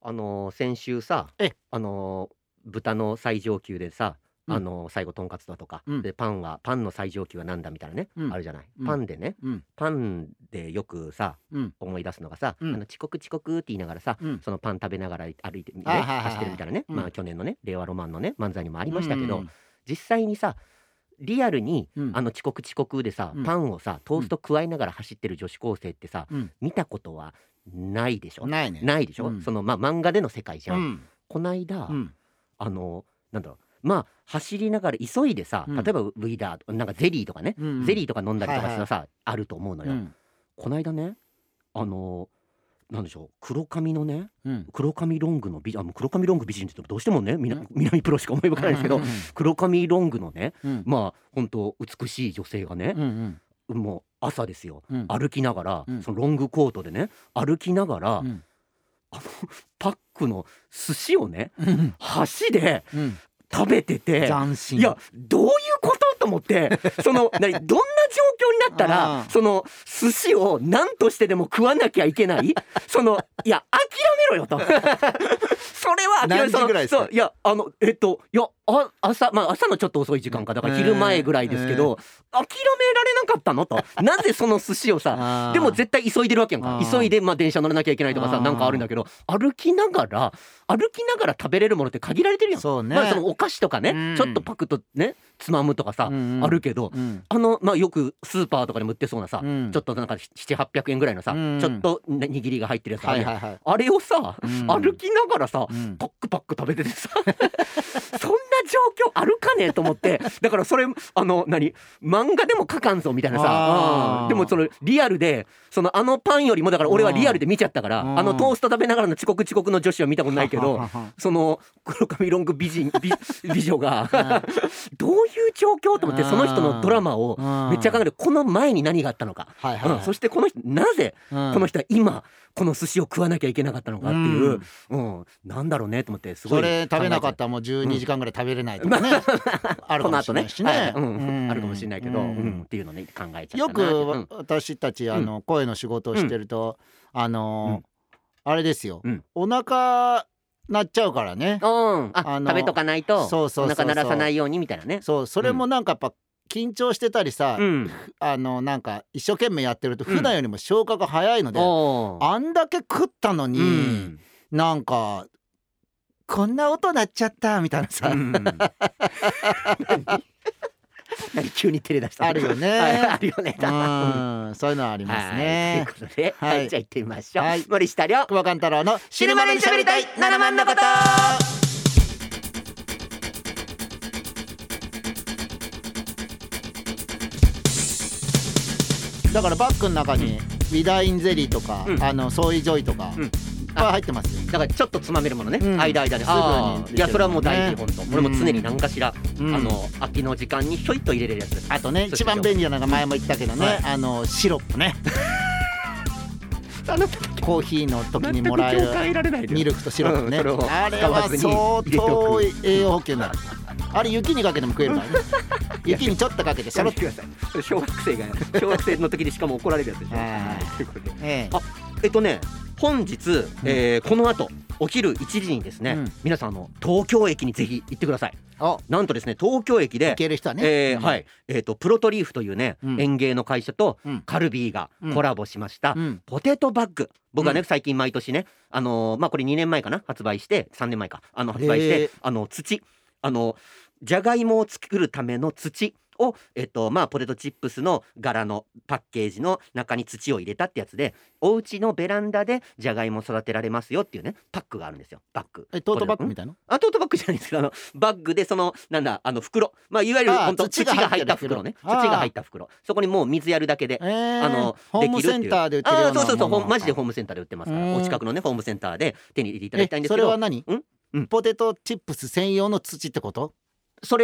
あのー先週さええあのー豚の最上級でさ、うんあのー最後とんかつだとか、うんでパンはパンの最上級はなんだみたいなね、うんあるじゃない、うんパンでねうんパンでよくさうん思い出すのがさ、うんあの遅刻遅刻って言いながらさ、うんそのパン食べながら歩いて、ね、あはいはいはい走ってるみたいなね、うんまあ去年のね令和ロマンのね漫才にもあありましたけど、実際にさリアルに、うんあの遅刻遅刻でさ、うんパンをさトースト加えながら走ってる女子高生ってさ、うん見たことはないでしょないねないでしょ、うんそのまあ漫画での世界じゃ、うんんこないだ、うんあのなんだろうまあ走りながら急いでさ、うん例えばウィダーとかなんかゼリーとかね、うんゼリーとか飲んだりとかはいしはたいさ、あると思うのうよ、んこないだねあのなんでしょう黒髪のねうん黒髪ロングの美人あもう黒髪ロング美人って言ってもどうしてもねみなうん南プロしか思い浮かばないですけど、黒髪ロングのねうんまあ本当美しい女性がねう、んもう朝ですようん歩きながら、うんそのロングコートでね歩きながら、うんパックの寿司をねうん箸でうん食べてて斬新いやどういうことと思って その何どんな状況になったあらーその寿司を何としてでも食わなきゃいけ ないそのいや諦めろよとそれは諦め何時そのぐらいですかそういやあのえっといやあ朝まあ朝のちょっと遅い時間かだからうん昼前ぐらいですけど、諦められなかったのとなぜその寿司をさあーでも絶対急いでるわけやんあかー急いでまあ電車乗らなきゃいけないとかあさーなんかあるんだけど歩きながら歩きながら食べれるものって限られてるやんそうねまあ、そのお菓子とかね、うんちょっとパクッとねつまむとかさ、うんあるけど、うんあの、まあ、よくスーパーとかでも売ってそうなさ、うんちょっとなんか700800円ぐらいのさ、うんちょっとね握りが入ってるやつあはるいやん、はいはいあれをさ、うん歩きながらさ、うんパックパック食べててさ そんな状況あるかねと思ってだからそれあの何漫画でも書かんぞみたいなあーさ、うんでもそのリアルでそのあのパンよりもだから俺はリアルで見ちゃったから、うんあのトースト食べながらの遅刻遅刻の女子は見たことないけど その黒髪ロング美人 美美女がどういう状況と思ってその人のドラマをめっちゃ考えるるこの前に何があったのか、はいはいうんそしてしてこの人なぜここの人は今この寿司を食わなきゃいけなかったのかっていう、うんなんだろうねと思ってすごいそれ食べなかったたらもう12時間ぐらい食べれないと かねあるこのかも後しれなねいしはい ねうんあるかもしれないけど、ううんんっていうのね考えちゃったなよくうん私たちあの声の仕事をしてるとあのあれですようんお腹なっちゃうからねうんああの食べとかないとそうそうそうそお腹う鳴らさないようにみたいなねそうそれもなんかやっぱ緊張してたりさうんあのなんか一生懸命やってるとうん普段よりも消化が早いのでおーあんだけ食ったのうにんなんかこんな音なっちゃったみたいなさうん 何急に照れ出したあるよはいあね。るよねうん そういうのはありますはい。ねということで、ははいい、じゃあ行ってみましょう。はい森下亮。久保勘太郎の死ぬまでに喋りたい七万のことだからバッグの中にウィダインゼリーとか、うんあのソイジョイとか、うんは入ってますよ。だからちょっとつまめるものね、うん間間ですぐにあーいやそれはもう大事本当、ね俺も常に何かしら、うんあの秋の時間にひょいっと入れれるやつあとねそう一番便利なのが前も言ったけどね、はいあのシロッ プねあのコーヒーの時に全もくらえる境界られないでミルクとシロップね、うんそれをあれ使はわずに相入れてお当く栄養補給になるあれ雪にかけても食える からね雪にちょっとかけてシやャロめッてとくださいそれ小学生が小学生の時にしかも怒られるやつでしょ、はいはい、ということでええあえっとね本日、えーこの後お昼1時にですね、うん皆さんあの東京駅にぜひ行ってくださいおなんとですね東京駅でいける人はね、えーうんはい、えー、とプロトリーフというね、うん園芸の会社とうんカルビーがコラボしました、うんポテトバッグ僕はね、最近毎年ね、あのーまあ、これ2年前かな発売して3年前かあの発売して、へーあの土あのじゃがいもを作るための土を、えっとまあ、ポテトチップスの柄のパッケージの中に土を入れたってやつでお家のベランダでじゃがいも育てられますよっていうねパックがあるんですよバッグえトートバッこグれみたいなあトートバッグじゃないんですけどあのバッグでそのなんだあの袋まあいわゆるあー本当土土がが入って入るった袋ね土袋あーが入った袋そこにもう水やるだけでえー、あのホームできるセっていンうターで売ってるよあうなあーそうそうそうもほのんマジでホームセンターで売ってますかうんらお近くのねホームセンターで手に入れていただきたいんえですそけれどはそれ何、うんポテトチップス専用の土ってこと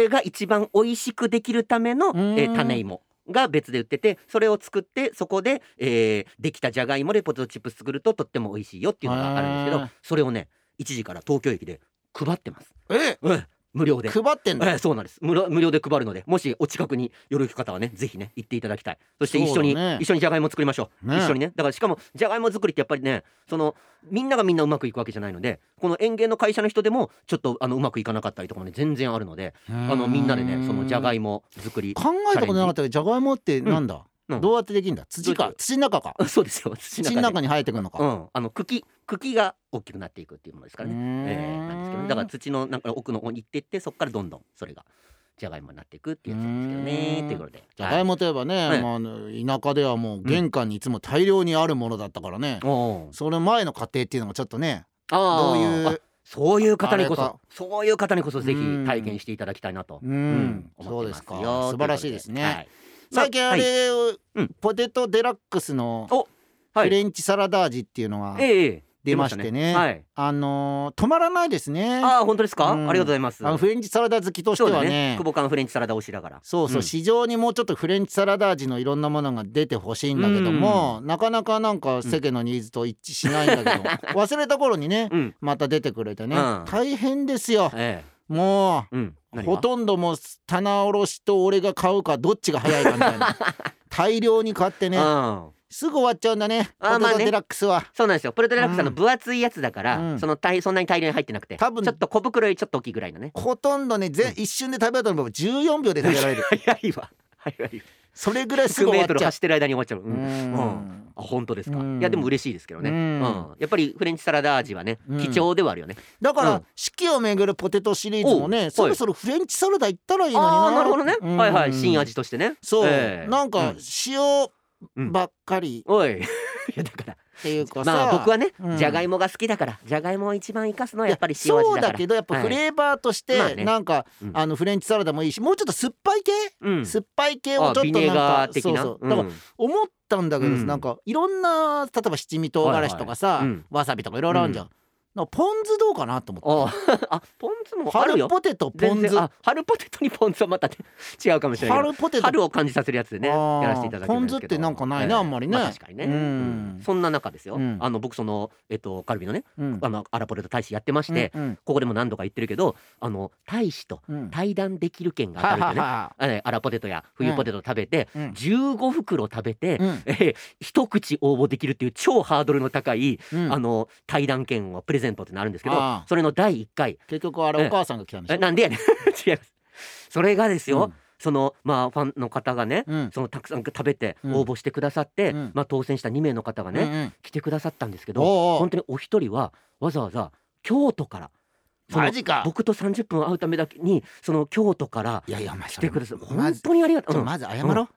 が一番美味しくできるための、んえー種芋が別で売っててそれを作ってそこで、えーできたじゃがいもでポテトチップス作るととっても美味しいよっていうのがあるんですけへーどそれをね1時から東京駅で配ってます。えうん無料で。配ってんえだえそうなんです無料無料で配るのでもしお近くに寄る方はねぜひね行っていただきたいそして一緒に、そうだね一緒にじゃがいも作りましょう、ね一緒にねだからしかもじゃがいも作りってやっぱりねそのみんながみんなうまくいくわけじゃないのでこの園芸の会社の人でもちょっとあのうまくいかなかったりとかもね全然あるのでああのみんなでねそのじゃがいいも作り 考えたことなかったけどじゃがいもってなんだ、うんどうやってできるんだ土どういかう土の中かあそうですよ 土土の中にの中に生えてくるのか、うん、あの茎茎が大きくなっていくっていうものですからね、ええなんですけどねだから土のなんか奥の方に行ってってそこからどんどんそれがじゃがいもになっていくっていうやつなんですけどうーねんということでじゃがいもといえばね、はいまああの、田舎ではもう玄関にいつも大量にあるものだったからね、おーそれ前の家庭っていうのもちょっとねあどうーいあうそういう方にこあれかそそういう方にこそぜひうん体験していただきたいなとうん、思そっうてでますすかよ素晴らしいですね、とうことではい最近あまれ、うんポテトデラックスのあはいフはいレンチサラダ味っていうのが、ええええ出ましてねはい、あのー止まらないですねあああ本当ですか、うんありがとうございますのフレンチサラダ好きとしてそうだはねね久保館フレンチサラダ推しだからそうそう、ん市場にもうちょっとフレンチサラダ味のいろんなものが出てほしいんだけども、なかなかなんか世間のニーズと一致しないんだけ ど、忘れた頃にねうんまた出てくれてね、うん大変ですよえもえうんう何がほとんどもう棚卸しと俺が買うかどっちが早いかみた いな大量に買ってねうんすぐ終わっちゃうんだねポあーテまあトねデラックスは、そうなんですよポテトデラックスさんのうん分厚いやつだから、うんその大そんなに大量に入ってなくて多分ちょっと小袋よりちょっと大きいぐらいのねほとんどねぜ一瞬で食べようと思えば14秒で食 べられる早いわ早いそれぐらいす100ぐ終メわートっルちゃう走ってる間に終わっちゃう、ううんんあ本当ですか、うんいやでも嬉しいですけどね、ううんんやっぱりフレンチサラダ味はね、うん貴重ではあるよねだから、うん四季を巡るポテトシリーズもおうはねいそろそろフレンチサラダ行ったらいいのになああーなるほどね、うんはいはい新味としてねそう、ええなんかう塩ばっかりおい いやだからっていうかさ、まあ僕はね、うんじゃがいもが好きだからじゃがいもを一番生かすのはやっぱり塩味だからそうだけどやっぱフはいレーバーとしまあてねなんか、うんあのフレンチサラダもいいしもうちょっと酸っぱい系、うん酸っぱい系あをちょっとビなんネガかー的そうなそうだからん思ったんだけどさ、うんなんかいろんな例えば七味唐辛子とかさ、いはいうんわさびとかいろいろあるじゃん、なんかポン酢どうかなと思ってあーあポン酢もある春よポテトポ全ン然酢あ春ポテトにポン酢はまたね違うかもしれないけど春ポテト春を感じさせるやつでねあーやらせていただきたいんですけどポン酢ってなんかないねええあんまりねあ確かにねうんうんそんな中ですようんあの僕そのえっとカルビのねうんあのアラポテト大使やってましてうんうんここでも何度か言ってるけどあの大使とうん対談できる券が当はたいるってはいねはええアラポテトや冬ポテト食べていうん15袋食べてうんええ一口応募できるっていう超ハードルの高いうんあの対談券をプレゼントってなるんですけどあーそれの第1回結局あれお母さんが来たんでしえょなんでや ねん違いますそれがですよ、うんそのまあファンの方がね、うんそのたくさん食べてうん応募してくださって、うんまあ当選した2名の方がね、うんうん来てくださったんですけどおうおう本当にお一人はわざわざ京都からそのマジか僕と30分会うためだけにその京都からいやいやお前来そてれくださってま本ず当にありがちたょい、うんまず謝ろう、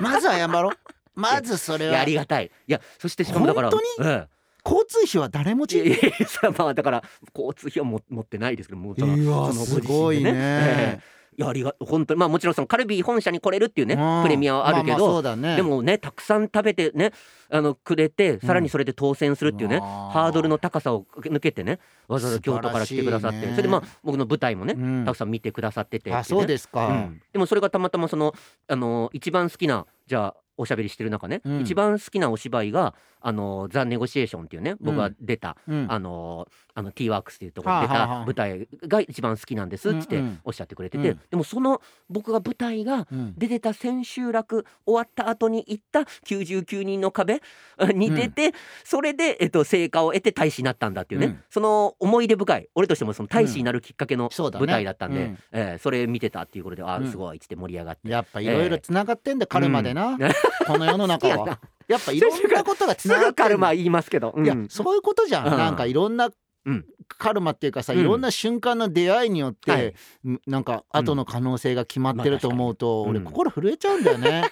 まず謝ろうまずそいれやあはりがたいいやそしてしかもだから本当に、ええ交通費は誰持いやいちやいやさあまあだから交通費はも持ってないですけどもうそのいやそのご自す身でごいねええいやありが本当にまあもちろんそのカルビー本社に来れるっていうねうんプレミアはあるけままど、そうだねでもねたくさん食べてねあのくれてさらにそれで当選するっていうね、うわーハードルの高さを抜けてねわざわざ京都から来てくださっ、素晴らしていねそれでまあ僕の舞台もね、うんたくさん見てくださっててあそうですすか、でもそれがたまたまそのあの一番好きなじゃあおしゃべりしてる中ね、うん一番好きなお芝居が「あのザ・ネゴシエーション」っていうね僕が出た、うんあのあの T ワークスっていうところに出はあたはあはあ舞台が一番好きなんですっつっうてんうんおっしゃってくれてて、うんでもその僕が舞台がうん出てた千秋楽終わった後に行った99人の壁あに出て、それで、えっと、成果を得て大使になったんだっていうね、うんその思い出深い俺としてもその大使になるきっかけのそうだね舞台だったんで、うんえーそれ見てたっていうことであうーんすごいっつって盛り上がって。やっぱいろいろつながってんだ、カルマでな、うんこの世の 好中きやはなやっぱいろんなことがつすながってんぐだカルマ言いますけど、うんいやそういうことじゃん、うんなんかいろんなうんカルマっていうかさ、うんいろんな瞬間の出会いによって、はいんなんか後の可能性が決まってると思うと、まあ確かに俺うん心震えちゃうんだ よね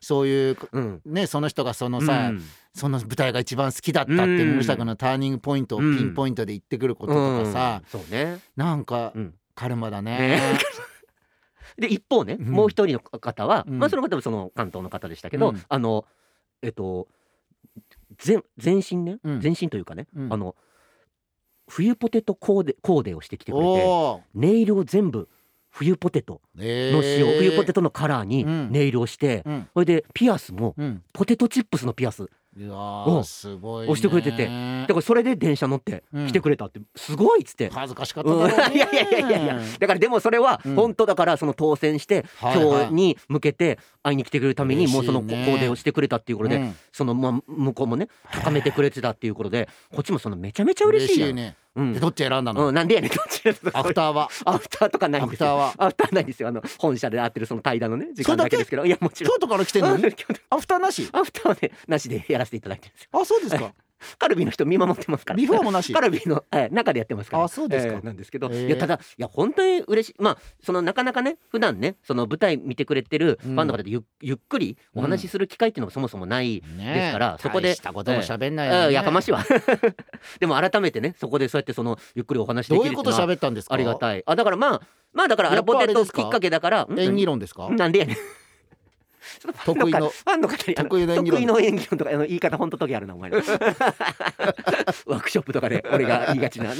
そういううんねその人がそのさ、うんその舞台が一番好きだったっていううんムサクのターニングポイントをピうんンポイントで言ってくることとかさ、うんそうね、なんかうんカルマだね。ねで一方ね、うんもう一人の方は、うんまあその方もその関東の方でしたけど、うんあのえっと全全身ね、うん全身というかね、うんあの冬ポテトコーデコーデをしてきてくれておーネイルを全部冬ポテトえーの塩、冬ポテトのカラーにうんネイルをして、うんそれでピアスもうんポテトチップスのピアスいやーおすごい、ね、押してくれててだからそれで電車乗ってうん来てくれたってすごいっつって、恥ずかしかっただうろん、 ういねやいやいやいやいやだからでもそれはうん本当だからその当選してはいはい今日に向けて会いに来てくれるために嬉しいもうそのね行動をしてくれたっていうことうでんそのまあ向こうもね高めてくれてたっていうこと でこっちもそのめちゃめちゃ嬉しいやんね、うんでどっち選んだの、うん、なんでやねんどっちやねんアフターはアフターとかないんですよ。アフターはアフターないんですよ。あの本社で会ってるその対談のね時間だけですけど、いやもちろん京。都から来てんのうんに今日アフターなし アフターはねなしでやらせていただいてるんですよ。あそうですかカルビーの人見守ってますから。ビフォーもなしカルビーの、えー中でやってますから。あそうですかえーなんですけど、へーいやただいや本当に嬉しい。まあそのなかなかね普段ねその舞台見てくれてるファンの方でゆ,、ゆっくりお話しする機会っていうのもそもそもない。ねですからそこで大したことも喋んないあよ、ーね、やかましいわ でも改めてねそこでそうやってそのゆっくりお話できどるういうことってのは喋ったんですかありがたいあだからまあまあだからアやラっぱポあれテトですかきっかけだからうん演技論ですか、なんでやねん。 ちょっとファン得意の方ファンの方にあの得得意意の演技論の演技論とかあの言い方本当時あるなお 前らワークショップとかで俺が言いがちな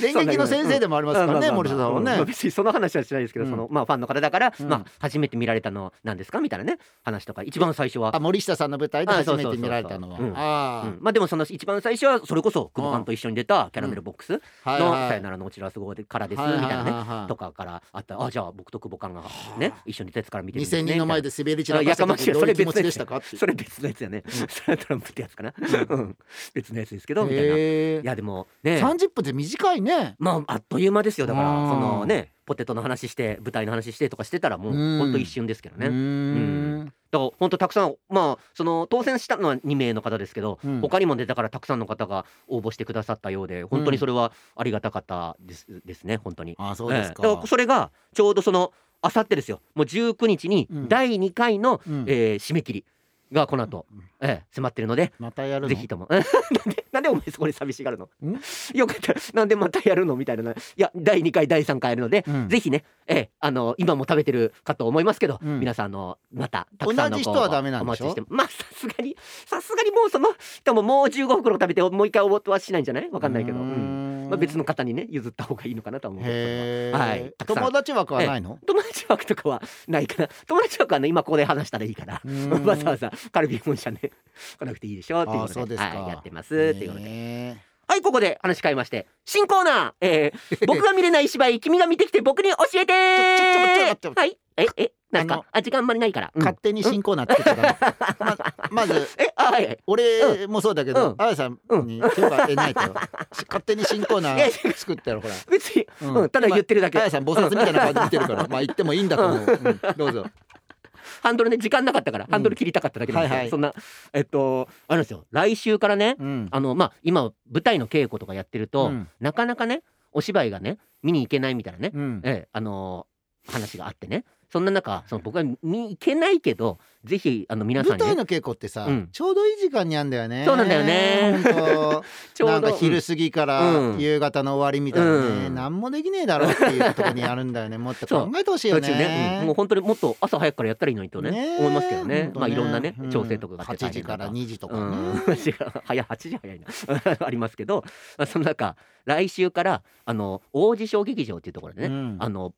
電撃の先生でもありますからね、森下さんはね、うん別にその話はしないですけど、うんそのまあファンの方だから、うんまあ初めて見られたのなんですかみたいなね話とか一番最初あは、森下さんの舞台であそ初うそうそうめて見られたのはうんあうあ、んまあでもその一番最初はそれこそ久保さんと一緒に出たキャラメルボックスの「はいはいさよならのおちらす号」からですみはいたいはいはないねはいとかからあったあじゃあ僕と久保さんがね一緒に出てから見てるんです2000ねみた人のいな前で滑り散あらかやしたかましい時どそういれう気別の持やちでつしたかってそれ別のやつやね、それはトランプってやつかな、うん、別のやつですけどみたいな、へいやでもえね30分って短いねまああっという間ですよだからあーそのねポテトの話して舞台の話してとかしてたらもううんほんと一瞬ですけどね、うーだんからほんとたくさんまあその当選したのは2名の方ですけど、うん他にも出たからたくさんの方が応募してくださったようで本当にそれはありがたかったですですね本当に。あそうですええだかからそれがちょうどそのあさってですよもう19日にうん第2回の、うんえー締め切りがこの後、ええ迫ってるのでまたやるのぜひとも なんでなんでお前そこで寂しがるのんよかったなんでまたやるのみたいないや第2回第3回やるので、うんぜひね、ええあの今も食べてるかと思いますけど、うん皆さんあのまたたくさんの同じご応人募はダメなんでしょお待ちてまあさすがにさすがにもうその人ももう15袋食べてもう一回応募はしないんじゃないわかんないけど、うーうんんまあ、別の方にね譲った方がいいのかなとは思うけどそれはへはいえたくさん友達枠はないの友達枠とかはないかな友達枠はね今ここで話したらいいからうー んわざわざカルビー本社ね来なくていいでしょっていうこあそとうでですかはい、やってますっていうことで、ねはいここで話変えまして新コーナー、え ー、僕が見れない芝居君が見てきて僕に教えてちょちょちょちょちょはいええなんあかのあ時間あんまりないから、うん勝手に新コーナーって言っちゃ ダメままずえあはいはい俺もそうだけうどんあやさんに許可得ないとよ勝手に新コーナー作ったらほら別に、うんうんただ言ってるだけあやさん菩薩みたいな感じで言って るからまあ言ってもいいんだと思ううんどうぞハンドルね時間なかったからハンドル切りたかっただけなんですよ、はいはいそんなえっとあるんですよ来週からね、うんあのまあ今舞台の稽古とかやってると、うんなかなかねお芝居がね見に行けないみたいなね、うんええあのー話があってねそんな中その僕は見に行けないけどぜひあの皆さ舞んにね、台の稽古ってさ、うんちょうどいい時間にあんだよねそうなんだよね本ち当ょうどなんか昼過ぎからうん夕方の終わりみたいなね、うん何もできねえだろうっていうところにある んだよねもっと考えてほしいよね途中ね、うんもう本当にもっと朝早くからやったらいいのにとねねえ思いますけどねほんとねまあいろんなねうん調整とかがあって8時から2時とかね、うん、違う 早8時早いな ありますけどまあその中来週からあの王子小劇場っていうところでね、うんあの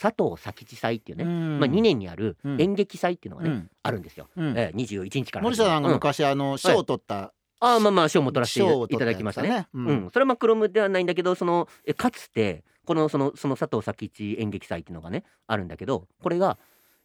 佐藤佐吉祭っていうね、うんまあ、2年にあるうん演劇祭っていうのがね、うんあるんですよ、うんえー、21日から森下さんがうん昔、あの賞を取ったああまあまあ賞も取らせ賞をてい取ったただやつきましたね。ううんん、それはまあクロムではないんだけどそのえかつてこのそのその佐藤佐吉演劇祭っていうのがねあるんだけどこれが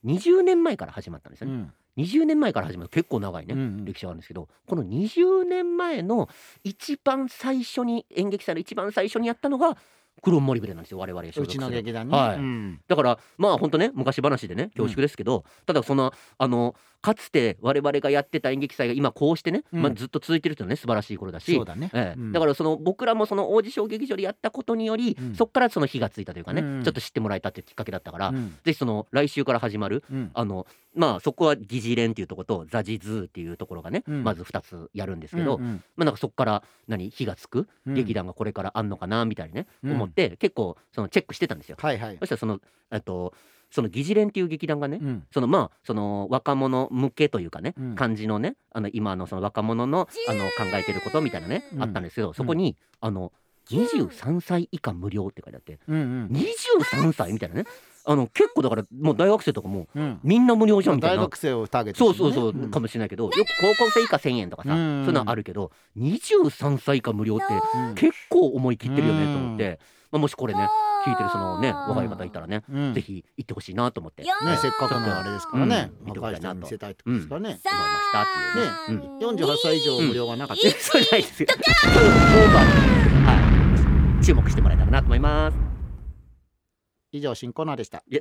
20年前から始まったんですよね、ん20年前から始まる結構長いね、うんうん歴史があるんですけどこの20年前の一番最初に演劇祭の一番最初にやったのがクロムモリブレなんですよ我々所属うすちるの劇団ね、はいうんだからまあ本当ね昔話でね恐縮ですけど、ただそのあのかつて我々がやってた演劇祭が今こうしてね、うんまあ、ずっと続いてるっていうのはね素晴らしいことだしそうだね、ええうんだからその僕らもその王子小劇場でやったことにより、うんそこからその火がついたというかね、うんちょっと知ってもらえたっていうきっかけだったから、うんぜひその来週から始まるうんあのまあそこは疑似連っていうところとザジズーっていうところがね、うんまず2つやるんですけど、うんうんまあなんかそこから何火がつくうん劇団がこれからあんのかなみたいにね、うん思って結構そのチェックしてたんですよ。はいはいそしたらそのえっとその疑似連っていう劇団がね、うんそのまあその若者向けというかね、うん感じのねあの今のその若者のあの考えてることみたいなね、うんあったんですけどそこに、あの23歳以下無料って書いてあってうんうん23歳みたいなねあの結構だからもう大学生とかもうんみんな無料じゃんまみあたい大な学生をターゲッそトうにねそうそう、んかもしれないけどよく高校生以下1,000円とかさ、うんそういうのはあるけど23歳以下無料ってうん結構思い切ってるよねと思って、まあ、もしこれね聞いてるそのね若い方いたらね、うんぜひ行ってほしいなと思ってよーねねせっかくのあれですからね、うん見ておき若いたいなと人に見せたいってことですからね、さあ思いましたっていううん48歳以上無料はなかった、え それないですよ。そうオーバーはい注目してもらえたらなと思います。以上新コーナーでしたいや